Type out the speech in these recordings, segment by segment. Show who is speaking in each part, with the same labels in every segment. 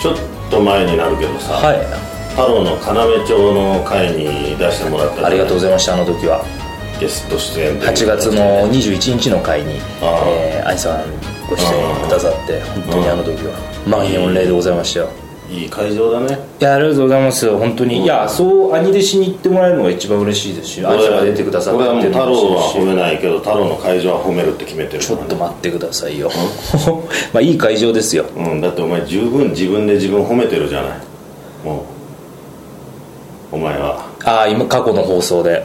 Speaker 1: ちょっと前になるけどさ、
Speaker 2: はい
Speaker 1: 太郎の要町の会に出してもらった
Speaker 2: ありがとうございましたあの時は
Speaker 1: すゲスト出演という
Speaker 2: 8月の21日の回に
Speaker 1: あー
Speaker 2: えー、愛さんご出演くださって本当にあの時は満員御礼でございましたよ
Speaker 1: いい会場だね
Speaker 2: いやありがとうございます本当に、いやそう兄弟子に行ってもらえるのが一番嬉しいですし兄さんが出てくださって
Speaker 1: 俺はもう
Speaker 2: っていう
Speaker 1: 太
Speaker 2: の
Speaker 1: 郎
Speaker 2: も
Speaker 1: は褒
Speaker 2: そうですし
Speaker 1: めないけど太郎の会場は褒めるって決めてる
Speaker 2: ち
Speaker 1: か
Speaker 2: ょ
Speaker 1: ら
Speaker 2: っ
Speaker 1: ね
Speaker 2: と待ってくださいよまあいい会場ですよ
Speaker 1: うん、だってお前十分自分で自分褒めてるじゃないもうお前は
Speaker 2: ああ今過去の放送で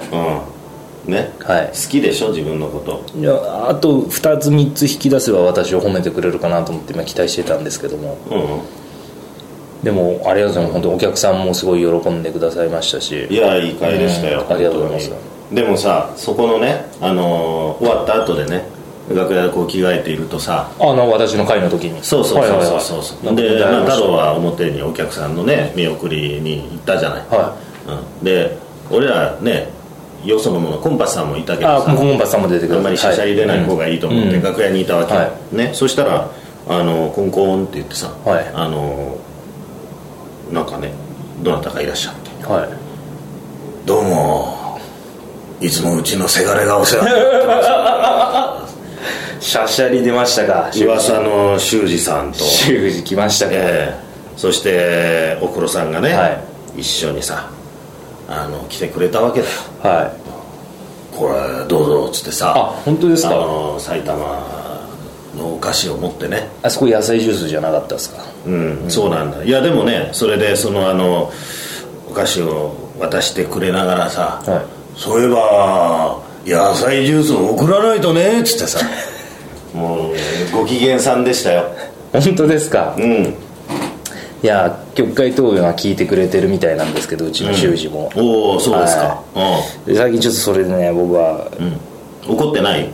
Speaker 1: うんね
Speaker 2: はい
Speaker 1: 好きでしょ自分のこと
Speaker 2: いやあと2つ3つ引き出せば私を褒めてくれるかなと思って今期待してたんですけども
Speaker 1: う
Speaker 2: でもありがとうございます本当お客さんもすごい喜んでくださいましたし
Speaker 1: んいやいい会でしたよ、
Speaker 2: うんありがとうございます
Speaker 1: 本当にでもさそこのね、あのー終わった後でね楽屋でこう着替えているとさ
Speaker 2: あの私の会の時に
Speaker 1: そうそうそうそうそう、
Speaker 2: はいはいはい
Speaker 1: で、まあ、
Speaker 2: なんか歌いまし
Speaker 1: 太郎は表にお客さんのね見送りに行ったじゃない、
Speaker 2: たはい
Speaker 1: うん、で俺らねよそのものコンパスさんもいたけど
Speaker 2: あ
Speaker 1: さ
Speaker 2: あコンパスさんも出て
Speaker 1: あ
Speaker 2: ください
Speaker 1: んまりしゃしゃり出ない方がいいと思って、
Speaker 2: うん
Speaker 1: 楽屋にいたわけ、
Speaker 2: は
Speaker 1: ね、そしたら「あのコンコン」って言ってさ、
Speaker 2: はい
Speaker 1: あのなんかねどなたかいらっしゃって
Speaker 2: はい
Speaker 1: 「どうもいつもうちのせがれがお世話に なってます
Speaker 2: シャシャリ出ましたか」
Speaker 1: 噂の修二さん と、
Speaker 2: 修士来ましたか、
Speaker 1: ええそしておふくろさんがね、
Speaker 2: はい
Speaker 1: 一緒にさあの来てくれたわけだよ
Speaker 2: はい
Speaker 1: これどうぞっつってさ
Speaker 2: あ本当です
Speaker 1: あ
Speaker 2: か
Speaker 1: の埼玉のお菓子を持ってね
Speaker 2: あそこ野菜ジュースじゃなかったですか
Speaker 1: うん、そうなんだいやでもねそれでそのあのお菓子を渡してくれながらさ、
Speaker 2: はい
Speaker 1: そういえば野菜ジュースを送らないとねっつってさ もうご機嫌さんでしたよ
Speaker 2: 本当ですか
Speaker 1: うん
Speaker 2: いや曲会投票が聞いてくれてるみたいなんですけどうちの修士も、
Speaker 1: おおそうですか、
Speaker 2: で最近ちょっとそれでね僕は
Speaker 1: うん怒ってない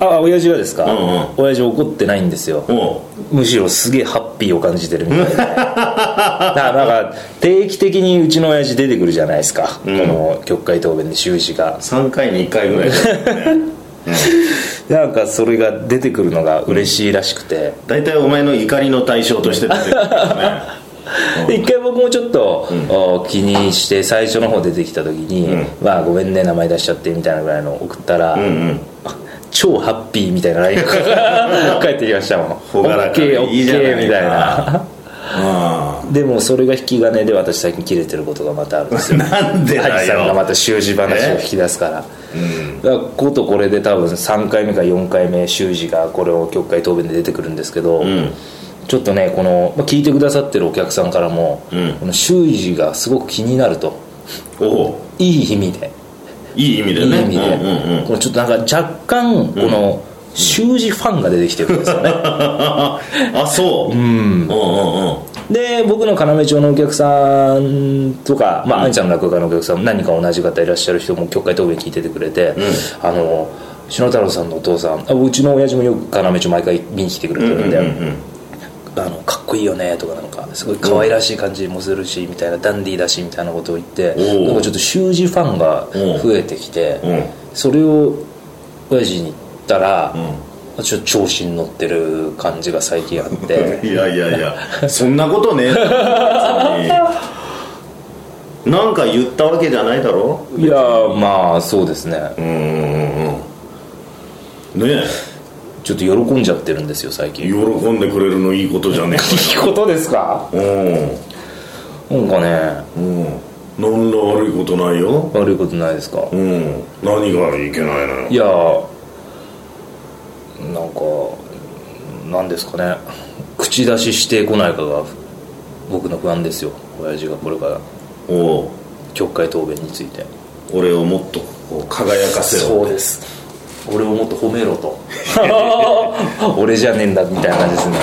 Speaker 2: あ親父がですか、
Speaker 1: うんうん
Speaker 2: 親父怒ってないんですよ
Speaker 1: おう
Speaker 2: むしろすげえハッピーを感じてるみたい でだからなんか定期的にうちの親父出てくるじゃないですか、この曲会答弁で習字が
Speaker 1: 3回に1回ぐらいだよね
Speaker 2: なんかそれが出てくるのが嬉しいらしくて、
Speaker 1: 大体お前の怒りの対象として出てくる からね
Speaker 2: で一回僕もちょっと、お気にして最初の方出てきた時に「まあごめんね名前出しちゃって」みたいなぐらいの送ったら、あ超ハッピーみたいな LINE が返ってきましたもん「
Speaker 1: 朗らかでいいじゃないか
Speaker 2: OKOK」みたいな
Speaker 1: う
Speaker 2: でもそれが引き金で私最近キレてることがまたあるんですよ
Speaker 1: んなんで
Speaker 2: ハ
Speaker 1: だ
Speaker 2: リさんがま
Speaker 1: よ
Speaker 2: た習字話を引き出すから、だからことこれで多分3回目か4回目習字がこれを曲会答弁で出てくるんですけど、ちょっとねこのまあ聞いてくださってるお客さんからも、この習字がすごく気になると
Speaker 1: おう
Speaker 2: いい意味で
Speaker 1: いい意味
Speaker 2: い
Speaker 1: で
Speaker 2: い
Speaker 1: ね
Speaker 2: 意味
Speaker 1: う
Speaker 2: で、
Speaker 1: んうんうん
Speaker 2: このちょっとなんか若干この習字ファンが出てきてるんですよね、
Speaker 1: あそううんうんうんうん
Speaker 2: で僕の要町のお客さんとか、まあ、兄ちゃんの落語家のお客さんも何か同じ方いらっしゃる人も曲会答弁聞いててくれて、あの篠太郎さんのお父さんあうちの親父もよく要町毎回見に来てくれてるんで、あのかっこいいよねとかなんかすごい可愛らしい感じもするし、みたいなダンディーだしみたいなことを言って
Speaker 1: おう
Speaker 2: なんかちょっと習字ファンが増えてきて、
Speaker 1: うん
Speaker 2: それを親父に言ったら、ちょっと調子に乗ってる感じが最近あ って。
Speaker 1: いやいやい やそんなことねえだろ別になんか言ったわけじゃないだろ
Speaker 2: いやーまあそうですね、
Speaker 1: ね
Speaker 2: ちょっと喜んじゃってるんですよ最
Speaker 1: え喜
Speaker 2: 近
Speaker 1: んでくれるのいいことじゃね
Speaker 2: いことですか
Speaker 1: えか
Speaker 2: なんかね
Speaker 1: うんうん何ら悪いことないよ
Speaker 2: 悪いことないですか
Speaker 1: うん何がいけないのよ
Speaker 2: いやーなんかなんですかね口出ししてこないかが僕の不安ですよ親父がこれから
Speaker 1: おう
Speaker 2: 曲会答弁について
Speaker 1: 俺をもっとこう輝かせろ
Speaker 2: そうです俺をもっと褒めろと 俺じゃねえんだみたいな感じですね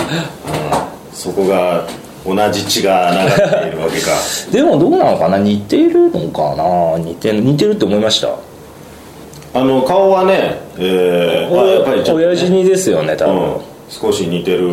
Speaker 1: そこが同じ血が流れているわけ か
Speaker 2: でもどうなのかな似てるのかな似て似てるって思いました
Speaker 1: あの顔はねえーまあやっぱりちょっとね
Speaker 2: 親父にですよね多分、
Speaker 1: うん、少し似てる、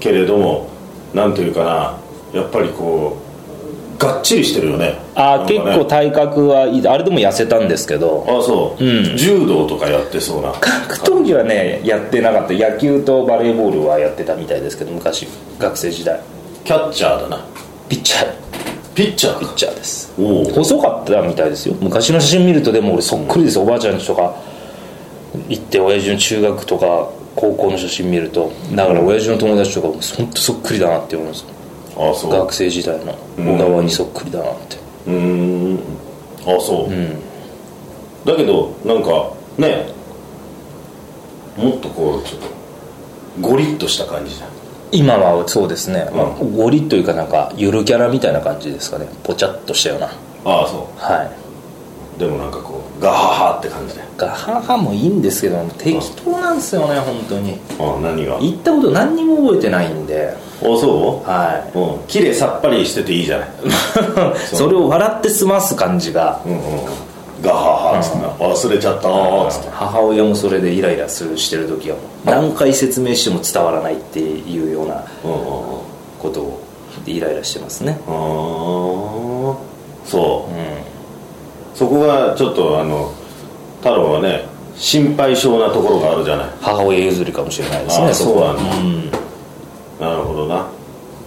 Speaker 1: けれどもなんというかなやっぱりこうがっちりしてるよねな
Speaker 2: あ
Speaker 1: ん
Speaker 2: ー
Speaker 1: かね
Speaker 2: 結構体格はいいあれでも痩せたんですけど
Speaker 1: あそう、柔道とかやってそうな
Speaker 2: 格闘技はねやってなかった野球とバレーボールはやってたみたいですけど昔学生時代
Speaker 1: キャッチャーだな
Speaker 2: ピッチャー
Speaker 1: ピッチャー
Speaker 2: ピ
Speaker 1: か
Speaker 2: ッチャーです
Speaker 1: おお
Speaker 2: 細かったみたいですよ昔の写真見るとでも俺そっくりです、おばあちゃんちとか行って親父の中学とか高校の写真見るとだから親父の友達とかも本当そっくりだなって思うんですよ
Speaker 1: あそう
Speaker 2: 学生時代の小川にそっくりだなって、
Speaker 1: うーんあそう、だけどなんかねもっとこうちょっとゴリッとした感じじゃん
Speaker 2: 今はそうですね、
Speaker 1: ん
Speaker 2: まあ、ゴリというかなんかゆるキャラみたいな感じですかねぽちゃっとしたような
Speaker 1: ああそ
Speaker 2: はい。
Speaker 1: うでもなんかこうガハハって感じで
Speaker 2: ガハハもいいんですけど適当なんですよね本当に
Speaker 1: ああ何があ
Speaker 2: 行ったこと何にも覚えてないんで
Speaker 1: そ
Speaker 2: は
Speaker 1: ううん綺麗さっぱりしてていいじゃない
Speaker 2: いそれを笑って済ます感じが
Speaker 1: うんうんガハハっつってな忘れちゃったーっつって
Speaker 2: 母親もそれでイライラするしてる時はもう何回説明しても伝わらないっていうような
Speaker 1: うんうんうん
Speaker 2: ことをイライラしてますね
Speaker 1: あーそう
Speaker 2: う
Speaker 1: そこがちょっとあの太郎はね心配性なところがあるじゃない
Speaker 2: ん母親譲りかもしれないです
Speaker 1: ああ
Speaker 2: ねこは
Speaker 1: そうなんだ
Speaker 2: うん
Speaker 1: なるほどな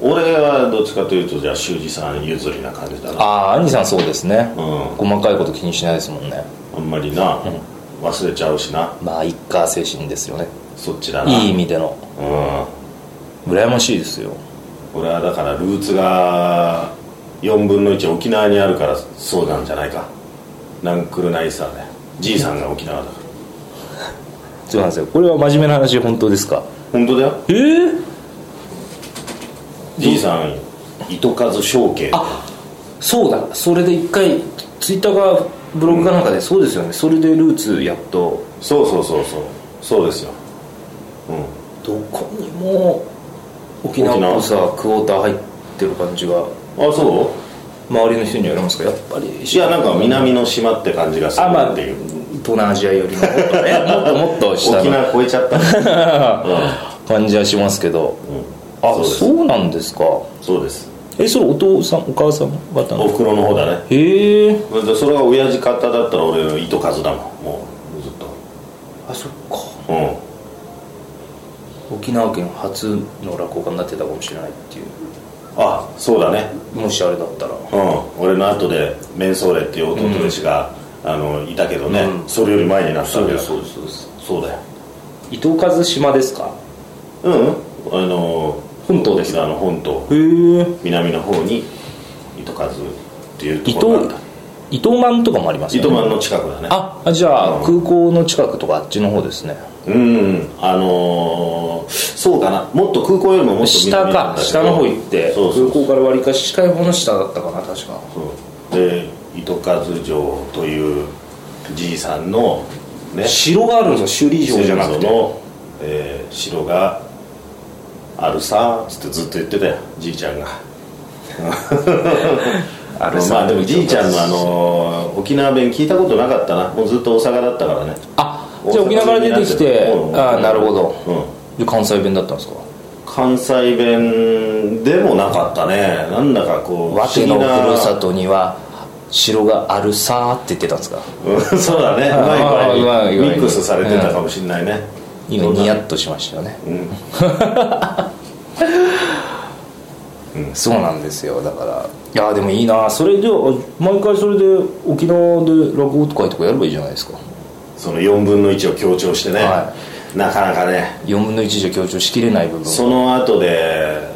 Speaker 1: 俺はどっちかというとじゃあ修二さん譲りな感じだな
Speaker 2: ああ兄さんそうですね
Speaker 1: うん
Speaker 2: 細かいこと気にしないですもんね
Speaker 1: あんまりな、忘れちゃうしな
Speaker 2: まあ一家精神ですよね
Speaker 1: そっちだない
Speaker 2: い意味での
Speaker 1: うん
Speaker 2: 羨ましいですよ
Speaker 1: 俺はだからルーツが4分の1沖縄にあるからそうなんじゃないかなんくるないさでじいさんが沖縄だから
Speaker 2: そうなんですよこれは真面目な話本当ですか
Speaker 1: 本当だよ
Speaker 2: ええ
Speaker 1: じいさん糸数承継
Speaker 2: あそうだそれで一回ツイッターがブログかなんかで、そうですよねそれでルーツやっと
Speaker 1: そうそうそうそうそうですようん
Speaker 2: どこにも沖縄っぽさクォーター入ってる感じが
Speaker 1: あそ
Speaker 2: 周りの人にはありますかやっぱり
Speaker 1: ういやなんか南の島って感じがする
Speaker 2: あまあ
Speaker 1: っていう、
Speaker 2: 東南アジアより ももっとねもっともっと下
Speaker 1: 沖
Speaker 2: の
Speaker 1: 縄超えちゃったね、
Speaker 2: 感じはしますけど
Speaker 1: うん、
Speaker 2: あ
Speaker 1: そう
Speaker 2: そう
Speaker 1: です
Speaker 2: なんですか
Speaker 1: そうです
Speaker 2: えそれお父さんお母さん方
Speaker 1: お
Speaker 2: の
Speaker 1: ふくろの方だね
Speaker 2: へえ
Speaker 1: でそれが親父方だったら俺の糸数だもんもうずっと
Speaker 2: あそっか
Speaker 1: うん
Speaker 2: 沖縄県初の落語家になってたかもしれないっていう
Speaker 1: あそうだね
Speaker 2: もしあれだったら
Speaker 1: うん俺の後でメンソーレっていう弟弟子が、あのいたけどね、
Speaker 2: うん
Speaker 1: それより前になったんだよ
Speaker 2: ですそうです
Speaker 1: そうだよ
Speaker 2: 伊藤和島ですか
Speaker 1: うんあの
Speaker 2: 本島です
Speaker 1: 沖縄の本島
Speaker 2: へえ
Speaker 1: 南の方に糸数っていうと
Speaker 2: 伊
Speaker 1: こ
Speaker 2: 藤
Speaker 1: ろがあっ
Speaker 2: 伊藤満とかもあります
Speaker 1: た
Speaker 2: よ
Speaker 1: 糸
Speaker 2: ね
Speaker 1: 満の近くだね
Speaker 2: ああじゃあ、空港の近くとかあっちの方ですね
Speaker 1: うんあのー、そうかなもっと空港よりももっと南
Speaker 2: 下
Speaker 1: なん
Speaker 2: か
Speaker 1: だけど
Speaker 2: 下の方行って
Speaker 1: そうそう
Speaker 2: 空港から割りかし近い方の下だったかな確か
Speaker 1: そうで糸数城というじいさんのね
Speaker 2: 城があるんですよ首里城じゃなく
Speaker 1: 先祖
Speaker 2: て
Speaker 1: の、えー城があるさつってずっと言ってたよじいちゃんが
Speaker 2: あ
Speaker 1: まあでもじいちゃんのあのー沖縄弁聞いたことなかったなもうずっと大阪だったからね
Speaker 2: あじゃあ沖縄から出てきて
Speaker 1: うん
Speaker 2: ああなるほど
Speaker 1: うん
Speaker 2: で関西弁だったんですか
Speaker 1: 関西弁でもなかったねなんだかこう
Speaker 2: わてのふ
Speaker 1: 不思議な
Speaker 2: るさとには城があるさーって言ってたんですか
Speaker 1: うんそうだねうま
Speaker 2: あー
Speaker 1: いう具
Speaker 2: ま
Speaker 1: 合
Speaker 2: い
Speaker 1: に
Speaker 2: 具合
Speaker 1: ミッ
Speaker 2: に
Speaker 1: クスされてたかもしれないね、
Speaker 2: 今ニヤッとしましたよね
Speaker 1: うん、
Speaker 2: そうなんですよだからいやでもいいなそれじゃあ毎回それで沖縄で落語会とかやればいいじゃないですか
Speaker 1: その4分の1を強調してね、
Speaker 2: は
Speaker 1: なかなかね
Speaker 2: 4分の1じゃ強調しきれない部分
Speaker 1: その後で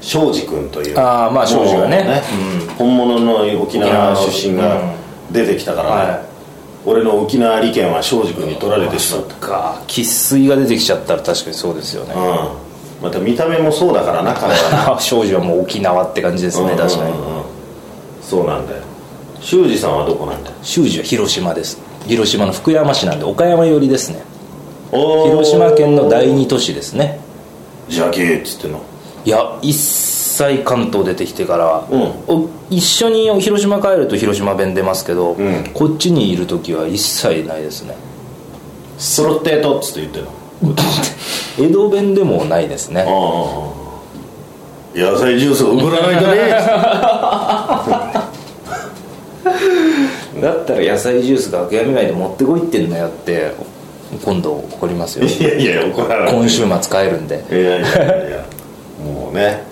Speaker 1: 庄司君という
Speaker 2: あーまあ庄司がね
Speaker 1: もう本物の沖縄出身
Speaker 2: 沖
Speaker 1: が
Speaker 2: 縄
Speaker 1: 出てきたからね、
Speaker 2: はい
Speaker 1: 俺の沖縄利権は庄司君に取られてしまった
Speaker 2: か生粋が出てきちゃったら確かにそうですよね
Speaker 1: うん、また見た目もそうだからな彼はな
Speaker 2: 庄司はもう沖縄って感じですね確か
Speaker 1: うん
Speaker 2: に
Speaker 1: うんうんそうなんだよ修二さんはどこなんだよ
Speaker 2: 庄司は広島です広島の福山市なんで岡山寄りですね広
Speaker 1: 広
Speaker 2: 島県の第二都市ですね
Speaker 1: ジャケーっつっての
Speaker 2: いや一切関東出てきてから、
Speaker 1: うん
Speaker 2: お一緒に広島帰ると広島弁出ますけど、
Speaker 1: ん
Speaker 2: こっちにいる時は一切ないですね
Speaker 1: スロッテートっつって言ってるの
Speaker 2: 江戸弁でもないですね
Speaker 1: ああ野菜ジュースを送らないとね
Speaker 2: だったら野菜ジュース楽屋見舞いで持ってこいってんだよって今度怒り ますよ
Speaker 1: いやいや怒らない
Speaker 2: 今週末帰るんで
Speaker 1: いやいやいやもうね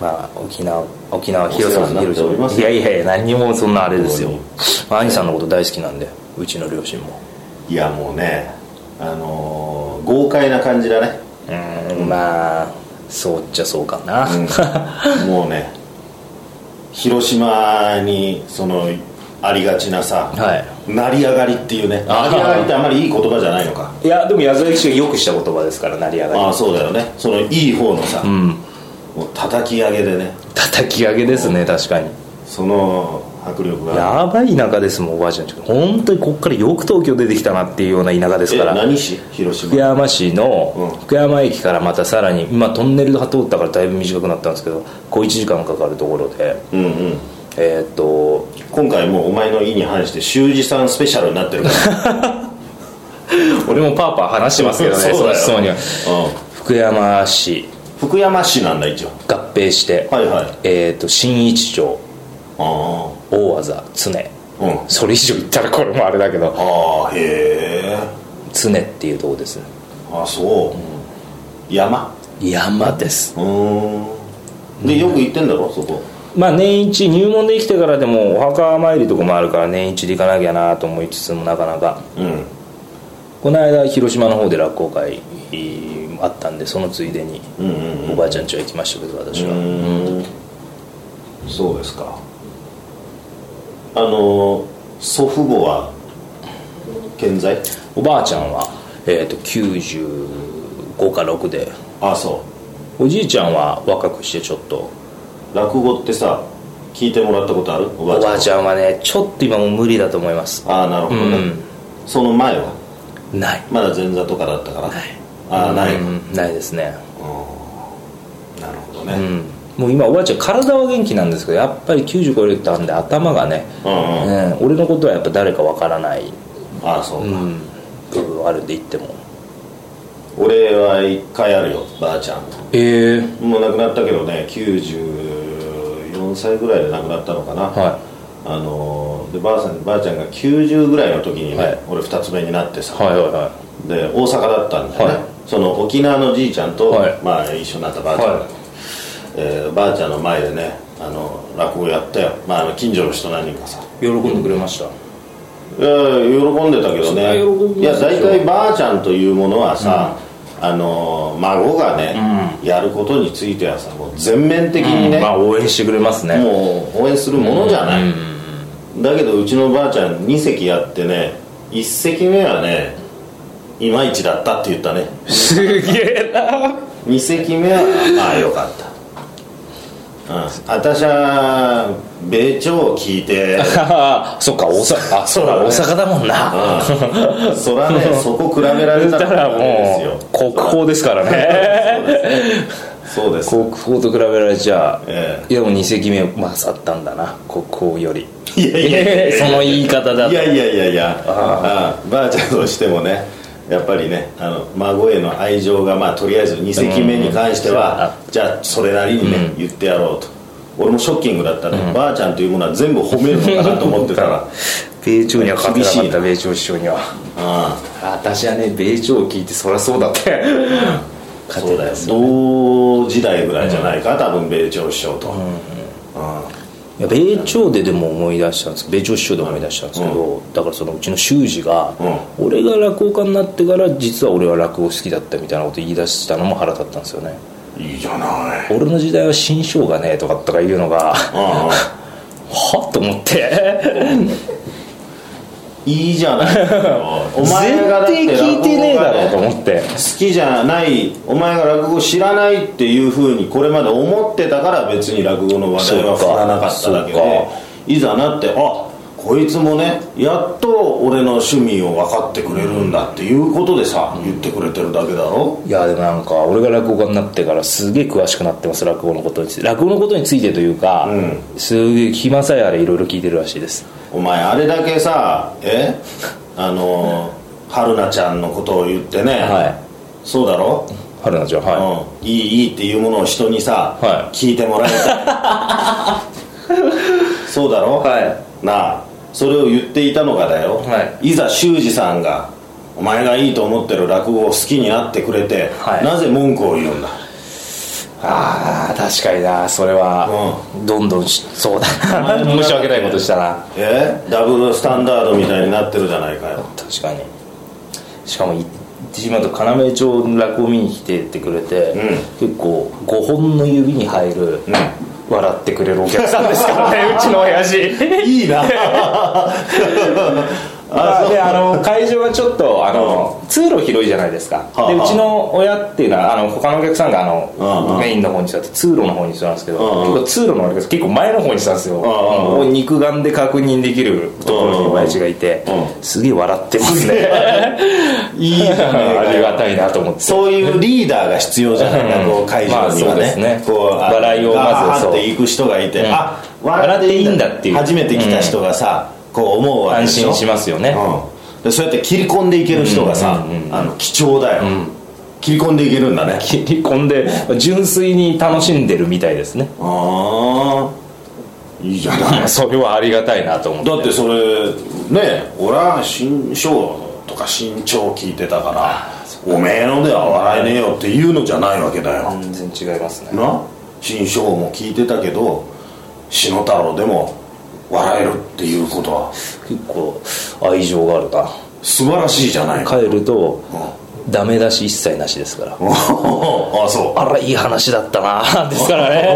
Speaker 2: まあ、沖縄沖縄広さ
Speaker 1: お世話になっております
Speaker 2: いやいやいや何にもそんなあれですよ
Speaker 1: 本
Speaker 2: まあ兄さんのこと大好きなんでうちの両親も
Speaker 1: いやもうねあのー豪快な感じだね
Speaker 2: うーんまあそうっちゃそうかな、
Speaker 1: もうね広島にそのありがちなさ、
Speaker 2: は
Speaker 1: 成り上がりっていうね
Speaker 2: あ
Speaker 1: 成り上がりってあまりいい言葉じゃないのか
Speaker 2: いいやでも矢沢騎手がよくした言葉ですから成り上がり
Speaker 1: ああそうだよねそのいい方のさ、
Speaker 2: うん
Speaker 1: もう叩き上げでね
Speaker 2: 叩き上げですね確かに
Speaker 1: その迫力が
Speaker 2: やばい田舎ですもんおばあちゃんち本当にこっからよく東京出てきたなっていうような田舎です
Speaker 1: え
Speaker 2: から
Speaker 1: 何市広島
Speaker 2: 福山市の
Speaker 1: うん
Speaker 2: 福山駅からまたさらに今トンネルが通ったからだいぶ短くなったんですけどこう1時間かかるところで
Speaker 1: うんうん
Speaker 2: えーっと
Speaker 1: 今回もうお前の意に反して修二さんスペシャルになってるから
Speaker 2: 俺もパーパー話してますけど ね
Speaker 1: そうだよ
Speaker 2: の質問には
Speaker 1: う
Speaker 2: 福山市
Speaker 1: ん福山市なんだ一応
Speaker 2: 合併して、
Speaker 1: はいはい
Speaker 2: えーっと新一町
Speaker 1: あ
Speaker 2: 大技常
Speaker 1: あうん
Speaker 2: それ以上言ったらこれもあれだけど
Speaker 1: ああへえ
Speaker 2: 常っていうとこです
Speaker 1: あそう、山
Speaker 2: 山です
Speaker 1: うーんでよく行ってんだろそこ
Speaker 2: まあ年一入門できてからでもお墓参りとかもあるから年一で行かなきゃなと思いつつもなかなか
Speaker 1: うん
Speaker 2: この間広島の方で落語会えーあったんでそのついでに
Speaker 1: うんうん
Speaker 2: おばあちゃんちは行きましたけど私は、
Speaker 1: うんそうですかあの祖父母は健在
Speaker 2: おばあちゃんは、えー、と95か6で
Speaker 1: あそ
Speaker 2: おじいちゃんは若くしてちょっと
Speaker 1: う落語ってさ聞いてもらったことあるおばあ
Speaker 2: お
Speaker 1: ちゃん
Speaker 2: ばあちゃんはねちょっと今もう無理だと思います
Speaker 1: ああなるほどね、
Speaker 2: うん
Speaker 1: その前は
Speaker 2: ない
Speaker 1: まだ前座とかだったから、ああない、
Speaker 2: うんないですね
Speaker 1: なるほど
Speaker 2: う
Speaker 1: ね、
Speaker 2: んもう今おばあちゃん体は元気なんですけどやっぱり90超えたんで頭がね、
Speaker 1: うんうん
Speaker 2: うん俺のことはやっぱ誰かわからない、
Speaker 1: ああそう
Speaker 2: う
Speaker 1: か、
Speaker 2: ん、部分あるんで言っても
Speaker 1: 俺は一回あるよばあちゃん
Speaker 2: ええ
Speaker 1: もう亡くなったけどね94歳ぐらいで亡くなったのかな、
Speaker 2: は
Speaker 1: あのーでばあさんばあちゃんが90ぐらいの時にね、
Speaker 2: はい
Speaker 1: 俺2つ目になってさ、
Speaker 2: いはいはいは
Speaker 1: で大阪だったんだよね、
Speaker 2: はい
Speaker 1: その沖縄のじいちゃんと、
Speaker 2: はい
Speaker 1: まあ、一緒になったばあちゃんが、
Speaker 2: はい
Speaker 1: えーばあちゃんの前でねあの落語やったよ、まあ、あの近所の人何人かさ
Speaker 2: 喜んでくれました、
Speaker 1: いや喜んでたけどね
Speaker 2: それは喜びますよ
Speaker 1: いや大体ばあちゃんというものはさ、あの孫がね、やることについてはさもう全面的にね、
Speaker 2: まあ応援してくれますね
Speaker 1: もう応援するものじゃない、だけどうちのばあちゃん2席やってね1席目はねいまいちだったって言ったね
Speaker 2: すげえな
Speaker 1: 2席目はまあよかったうん、私は米朝を聞いて、うん、
Speaker 2: そっか大阪あそうだ大阪だもんな
Speaker 1: そらねそこ比べら
Speaker 2: 言
Speaker 1: れ
Speaker 2: ったたら
Speaker 1: らダメ
Speaker 2: もう
Speaker 1: ですよ
Speaker 2: 国宝ですから ね
Speaker 1: そうです
Speaker 2: 国宝と比べられちゃ
Speaker 1: え
Speaker 2: いやもう2席目勝ったんだな国宝より
Speaker 1: いやいやいやいや
Speaker 2: その言い方だ
Speaker 1: い
Speaker 2: と
Speaker 1: やいやいやいやああばあちゃんとしてもねやっぱりねあの孫への愛情がまあとりあえず2席目に関してはじゃあそれなりにね、言ってやろうと俺もショッキングだったね、ばあちゃんというものは全部褒めるのかなと思ってたら
Speaker 2: 米朝には勝てなか
Speaker 1: 厳
Speaker 2: っ
Speaker 1: しい
Speaker 2: た米朝首相には
Speaker 1: あ
Speaker 2: 私はね米朝を聞いてそりゃそうだって
Speaker 1: あ
Speaker 2: 勝
Speaker 1: そう
Speaker 2: て
Speaker 1: だ
Speaker 2: ない
Speaker 1: よ
Speaker 2: です
Speaker 1: 同時代ぐらいじゃないか、多分米朝首相と、あ
Speaker 2: いや米朝ででも思い出したんです米朝首相で思い出したんですけど、だからそのうちの修二が、俺が落語家になってから実は俺は落語好きだったみたいなこと言い出したのも腹立ったんですよね
Speaker 1: あいいじゃない
Speaker 2: 俺の時代は新章がねとかとか言うのが
Speaker 1: ああ
Speaker 2: はっと思って
Speaker 1: いいじゃないお
Speaker 2: 絶
Speaker 1: 前がだって
Speaker 2: 対聞いてねえだろうと思って
Speaker 1: 好きじゃないお前が落語知らないっていうふうにこれまで思ってたから別に落語の話題は振
Speaker 2: そうから
Speaker 1: なかっただけ
Speaker 2: そう
Speaker 1: でいざなってあこいつもねやっと俺の趣味を分かってくれるんだっていうことでさ、言ってくれてるだけだろ
Speaker 2: いやでもなんか俺が落語家になってからすげえ詳しくなってます落語のことについて落語のことについてというか、
Speaker 1: う
Speaker 2: すげえ暇さえあれいろいろ聞いてるらしいです
Speaker 1: お前あれだけさえあの春菜ちゃんのことを言ってね、
Speaker 2: はい
Speaker 1: そうだろ
Speaker 2: 春菜ちゃんはい
Speaker 1: うん、いいいいっていうものを人にさ、
Speaker 2: はい
Speaker 1: 聞いてもらいた いそうだろ、
Speaker 2: は
Speaker 1: なあそれを言っていたのがだよ、、
Speaker 2: はい
Speaker 1: ざ修二さんがお前がいいと思ってる落語を好きになってくれて、
Speaker 2: はい
Speaker 1: なぜ文句を言うんだ
Speaker 2: ああ確かになそれは、どんどんしそうだな 申し訳ないことしたな
Speaker 1: えダブルスタンダードみたいになってるじゃない かよ
Speaker 2: 確かにしかも行ってしまうと要町の落語見に来てってくれて、結構5本の指に入る、笑ってくれるお客さんですからねうちの親父
Speaker 1: いいな
Speaker 2: まあ、であの会場がちょっとあの通路広いじゃないですか、
Speaker 1: あ
Speaker 2: で
Speaker 1: はあ
Speaker 2: うちの親っていうのはあの他のお客さんがあの、
Speaker 1: うんうん
Speaker 2: メインの方に座って通路の方に座るんですけど、
Speaker 1: うんうん
Speaker 2: 結構通路の方に結構前の方に座るんですよ、
Speaker 1: んうん
Speaker 2: もう肉眼で確認できるところに親父がいて、
Speaker 1: う
Speaker 2: すげえ笑ってま すねいいじゃないありがたいなと思って
Speaker 1: そういうリーダーが必要じゃないか、こう会場には
Speaker 2: まあそうです
Speaker 1: ね
Speaker 2: ね
Speaker 1: こうあ
Speaker 2: 笑いをまず
Speaker 1: ガーッ
Speaker 2: そう
Speaker 1: て行く人がいて、
Speaker 2: ん
Speaker 1: あ
Speaker 2: 笑っていいんだっていう
Speaker 1: 初めて来た人がさ、こう思うわけで
Speaker 2: 安
Speaker 1: しょ
Speaker 2: 心しますよね、
Speaker 1: うん、でそうやって切り込んでいける人がさ、あの貴重だよ、切り込んでいけるんだね
Speaker 2: 切り込んで純粋に楽しんでるみた いですね
Speaker 1: ああいいじゃない
Speaker 2: それはありがたいなと思って
Speaker 1: だってそれね俺は新章とか新潮聞いてたからおめえのでは笑えねえよっていうのじゃないわけだよ、
Speaker 2: 全然違いますね
Speaker 1: な新章も聞いてたけど篠太郎でも笑えるっていうことは
Speaker 2: 結構愛情があるな
Speaker 1: 素晴らしいじゃないか
Speaker 2: 帰るとダメ出し一切なしですから
Speaker 1: あそう
Speaker 2: あらいい話だったな ですからね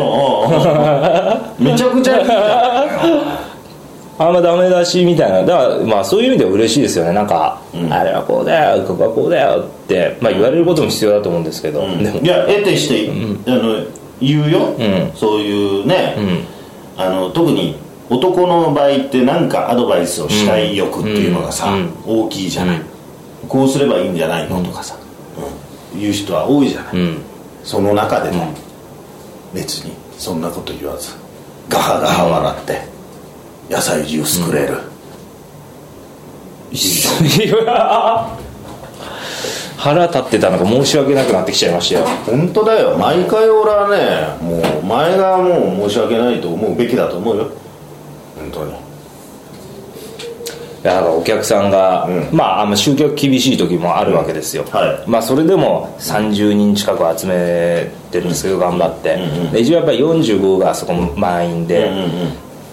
Speaker 1: めちゃくちゃいいじゃん
Speaker 2: あんまダメ出しみたいなだからまあそういう意味では嬉しいですよねなんか、あれはこうだよここはこうだよって、まあ、言われることも必要だと思うんですけど、でも
Speaker 1: いや得てして、あの言うよ、そういうね、あの特に男の場合って何かアドバイスをしたい欲っていうのがさ、
Speaker 2: うん
Speaker 1: 大きいじゃない、こうすればいいんじゃないのとかさ、うん言う人は多いじゃない、
Speaker 2: うん
Speaker 1: その中でね、別にそんなこと言わずガハガハ笑って野菜ジュースくれる、いいじゃん
Speaker 2: 腹立ってたのが申し訳なくなってきちゃいましたよ
Speaker 1: 本当だよ毎回俺はねもう前がもう申し訳ないと思うべきだと思うよ本当に
Speaker 2: だからお客さんが、
Speaker 1: う
Speaker 2: まああの集客厳しい時もあるわけですよ、
Speaker 1: はい
Speaker 2: まあ、それでも30人近く集めてるんですけど頑張って、で一応やっぱり45がそこ満員で、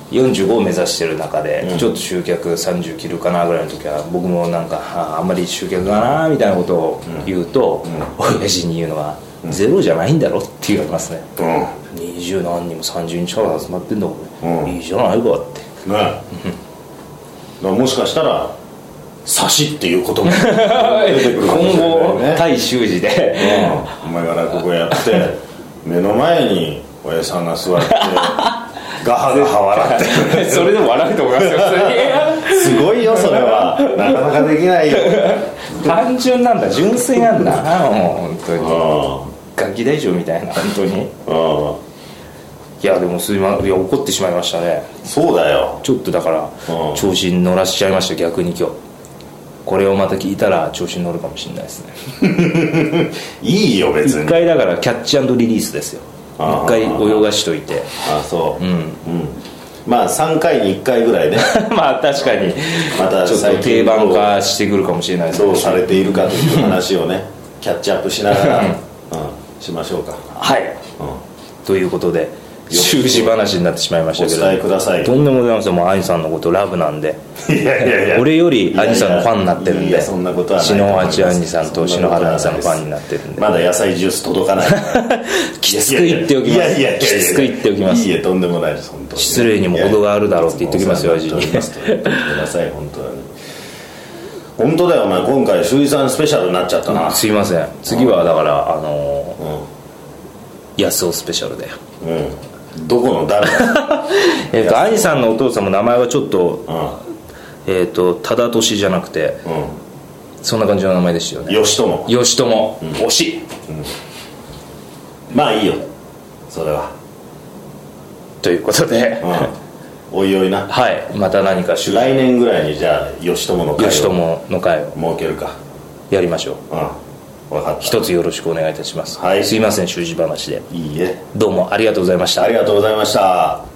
Speaker 2: 45を目指してる中で、ちょっと集客30切るかなぐらいの時は僕もなんかああんまり集客かなみたいなことを言うと、親父に言うのは、ゼロじゃないんだろ」って言われますね
Speaker 1: うん
Speaker 2: 20何人も30人近く集まってんだもん、
Speaker 1: うん
Speaker 2: ねいいじゃないかって
Speaker 1: ねだからもしかしたら差しっていうことも 出てくるかもしれないね
Speaker 2: 今後対習字で、
Speaker 1: うんお前が落語やって目の前に親さんが 座ってガハガハ笑ってくれる
Speaker 2: それでも笑うと思いますよ普
Speaker 1: すごいよそれは なかなかできないよ
Speaker 2: 通に単純なんだ純粋なん だなもう本当に
Speaker 1: う
Speaker 2: 楽器大将みたいな本当に
Speaker 1: んうん
Speaker 2: いやでもすいまいや怒ってしまいましたね
Speaker 1: そうだよ
Speaker 2: ちょっとだから
Speaker 1: うん
Speaker 2: 調子に乗らしちゃいました逆に今日これをまた聞いたら調子に乗るかもしれないですね
Speaker 1: いいよ別
Speaker 2: 一
Speaker 1: に
Speaker 2: 回だからキャッチリリースですよ
Speaker 1: あー
Speaker 2: 一回泳がしといて
Speaker 1: あそううん、まあ3回に1回ぐらい ね
Speaker 2: まあ確かに
Speaker 1: また
Speaker 2: ちょっ
Speaker 1: 最
Speaker 2: と
Speaker 1: 近
Speaker 2: 定番化してくるかもしれないですね
Speaker 1: どうされているかという話をねキャッチアップしながら、うん、しましょうか
Speaker 2: はい、ということで
Speaker 1: く
Speaker 2: 習字話になってしまいました
Speaker 1: お
Speaker 2: け
Speaker 1: 伝え
Speaker 2: ど
Speaker 1: ください
Speaker 2: とんでもございませんもうアインさんのことラブなんで
Speaker 1: いやいやいや
Speaker 2: 俺よりアインさんのファンになってるん
Speaker 1: いやいや
Speaker 2: で
Speaker 1: そんなことはないと思い
Speaker 2: 篠
Speaker 1: ます
Speaker 2: 八アインさんと篠原アインさんのファンになってるんで
Speaker 1: まだ野菜ジュース届かない
Speaker 2: きつく言っておき
Speaker 1: い
Speaker 2: ま
Speaker 1: や
Speaker 2: す
Speaker 1: いやいやいや
Speaker 2: きつく言っておきま
Speaker 1: い
Speaker 2: す
Speaker 1: いえとんでもないです本当に
Speaker 2: 失礼にも程があるだろうって言っておきますよ
Speaker 1: いやいやいつもお世話になっておりますごめんなさい本当に本当だよお前今回周囲さんスペシャルになっちゃったな
Speaker 2: すいません次はだからあのー
Speaker 1: うん
Speaker 2: 安尾スペシャルで
Speaker 1: うんどこの誰だ
Speaker 2: えっとアインさんのお父さんも名前はちょっと
Speaker 1: う
Speaker 2: えっと忠俊じゃなくて
Speaker 1: んうん
Speaker 2: そんな感じの名前でしたよね
Speaker 1: 義友
Speaker 2: 義友惜しい
Speaker 1: まあいいよそれは
Speaker 2: ということで
Speaker 1: うんおいおいな
Speaker 2: はいまた何か習字
Speaker 1: 来年ぐらいにじゃあ義朝の会を
Speaker 2: 義
Speaker 1: 設
Speaker 2: 友の会を
Speaker 1: けるか
Speaker 2: やりましょう
Speaker 1: うん分かった
Speaker 2: 一つよろしくお願いいたします、
Speaker 1: はい
Speaker 2: すいません習字話で
Speaker 1: いいえ
Speaker 2: どうもありがとうございました
Speaker 1: ありがとうございました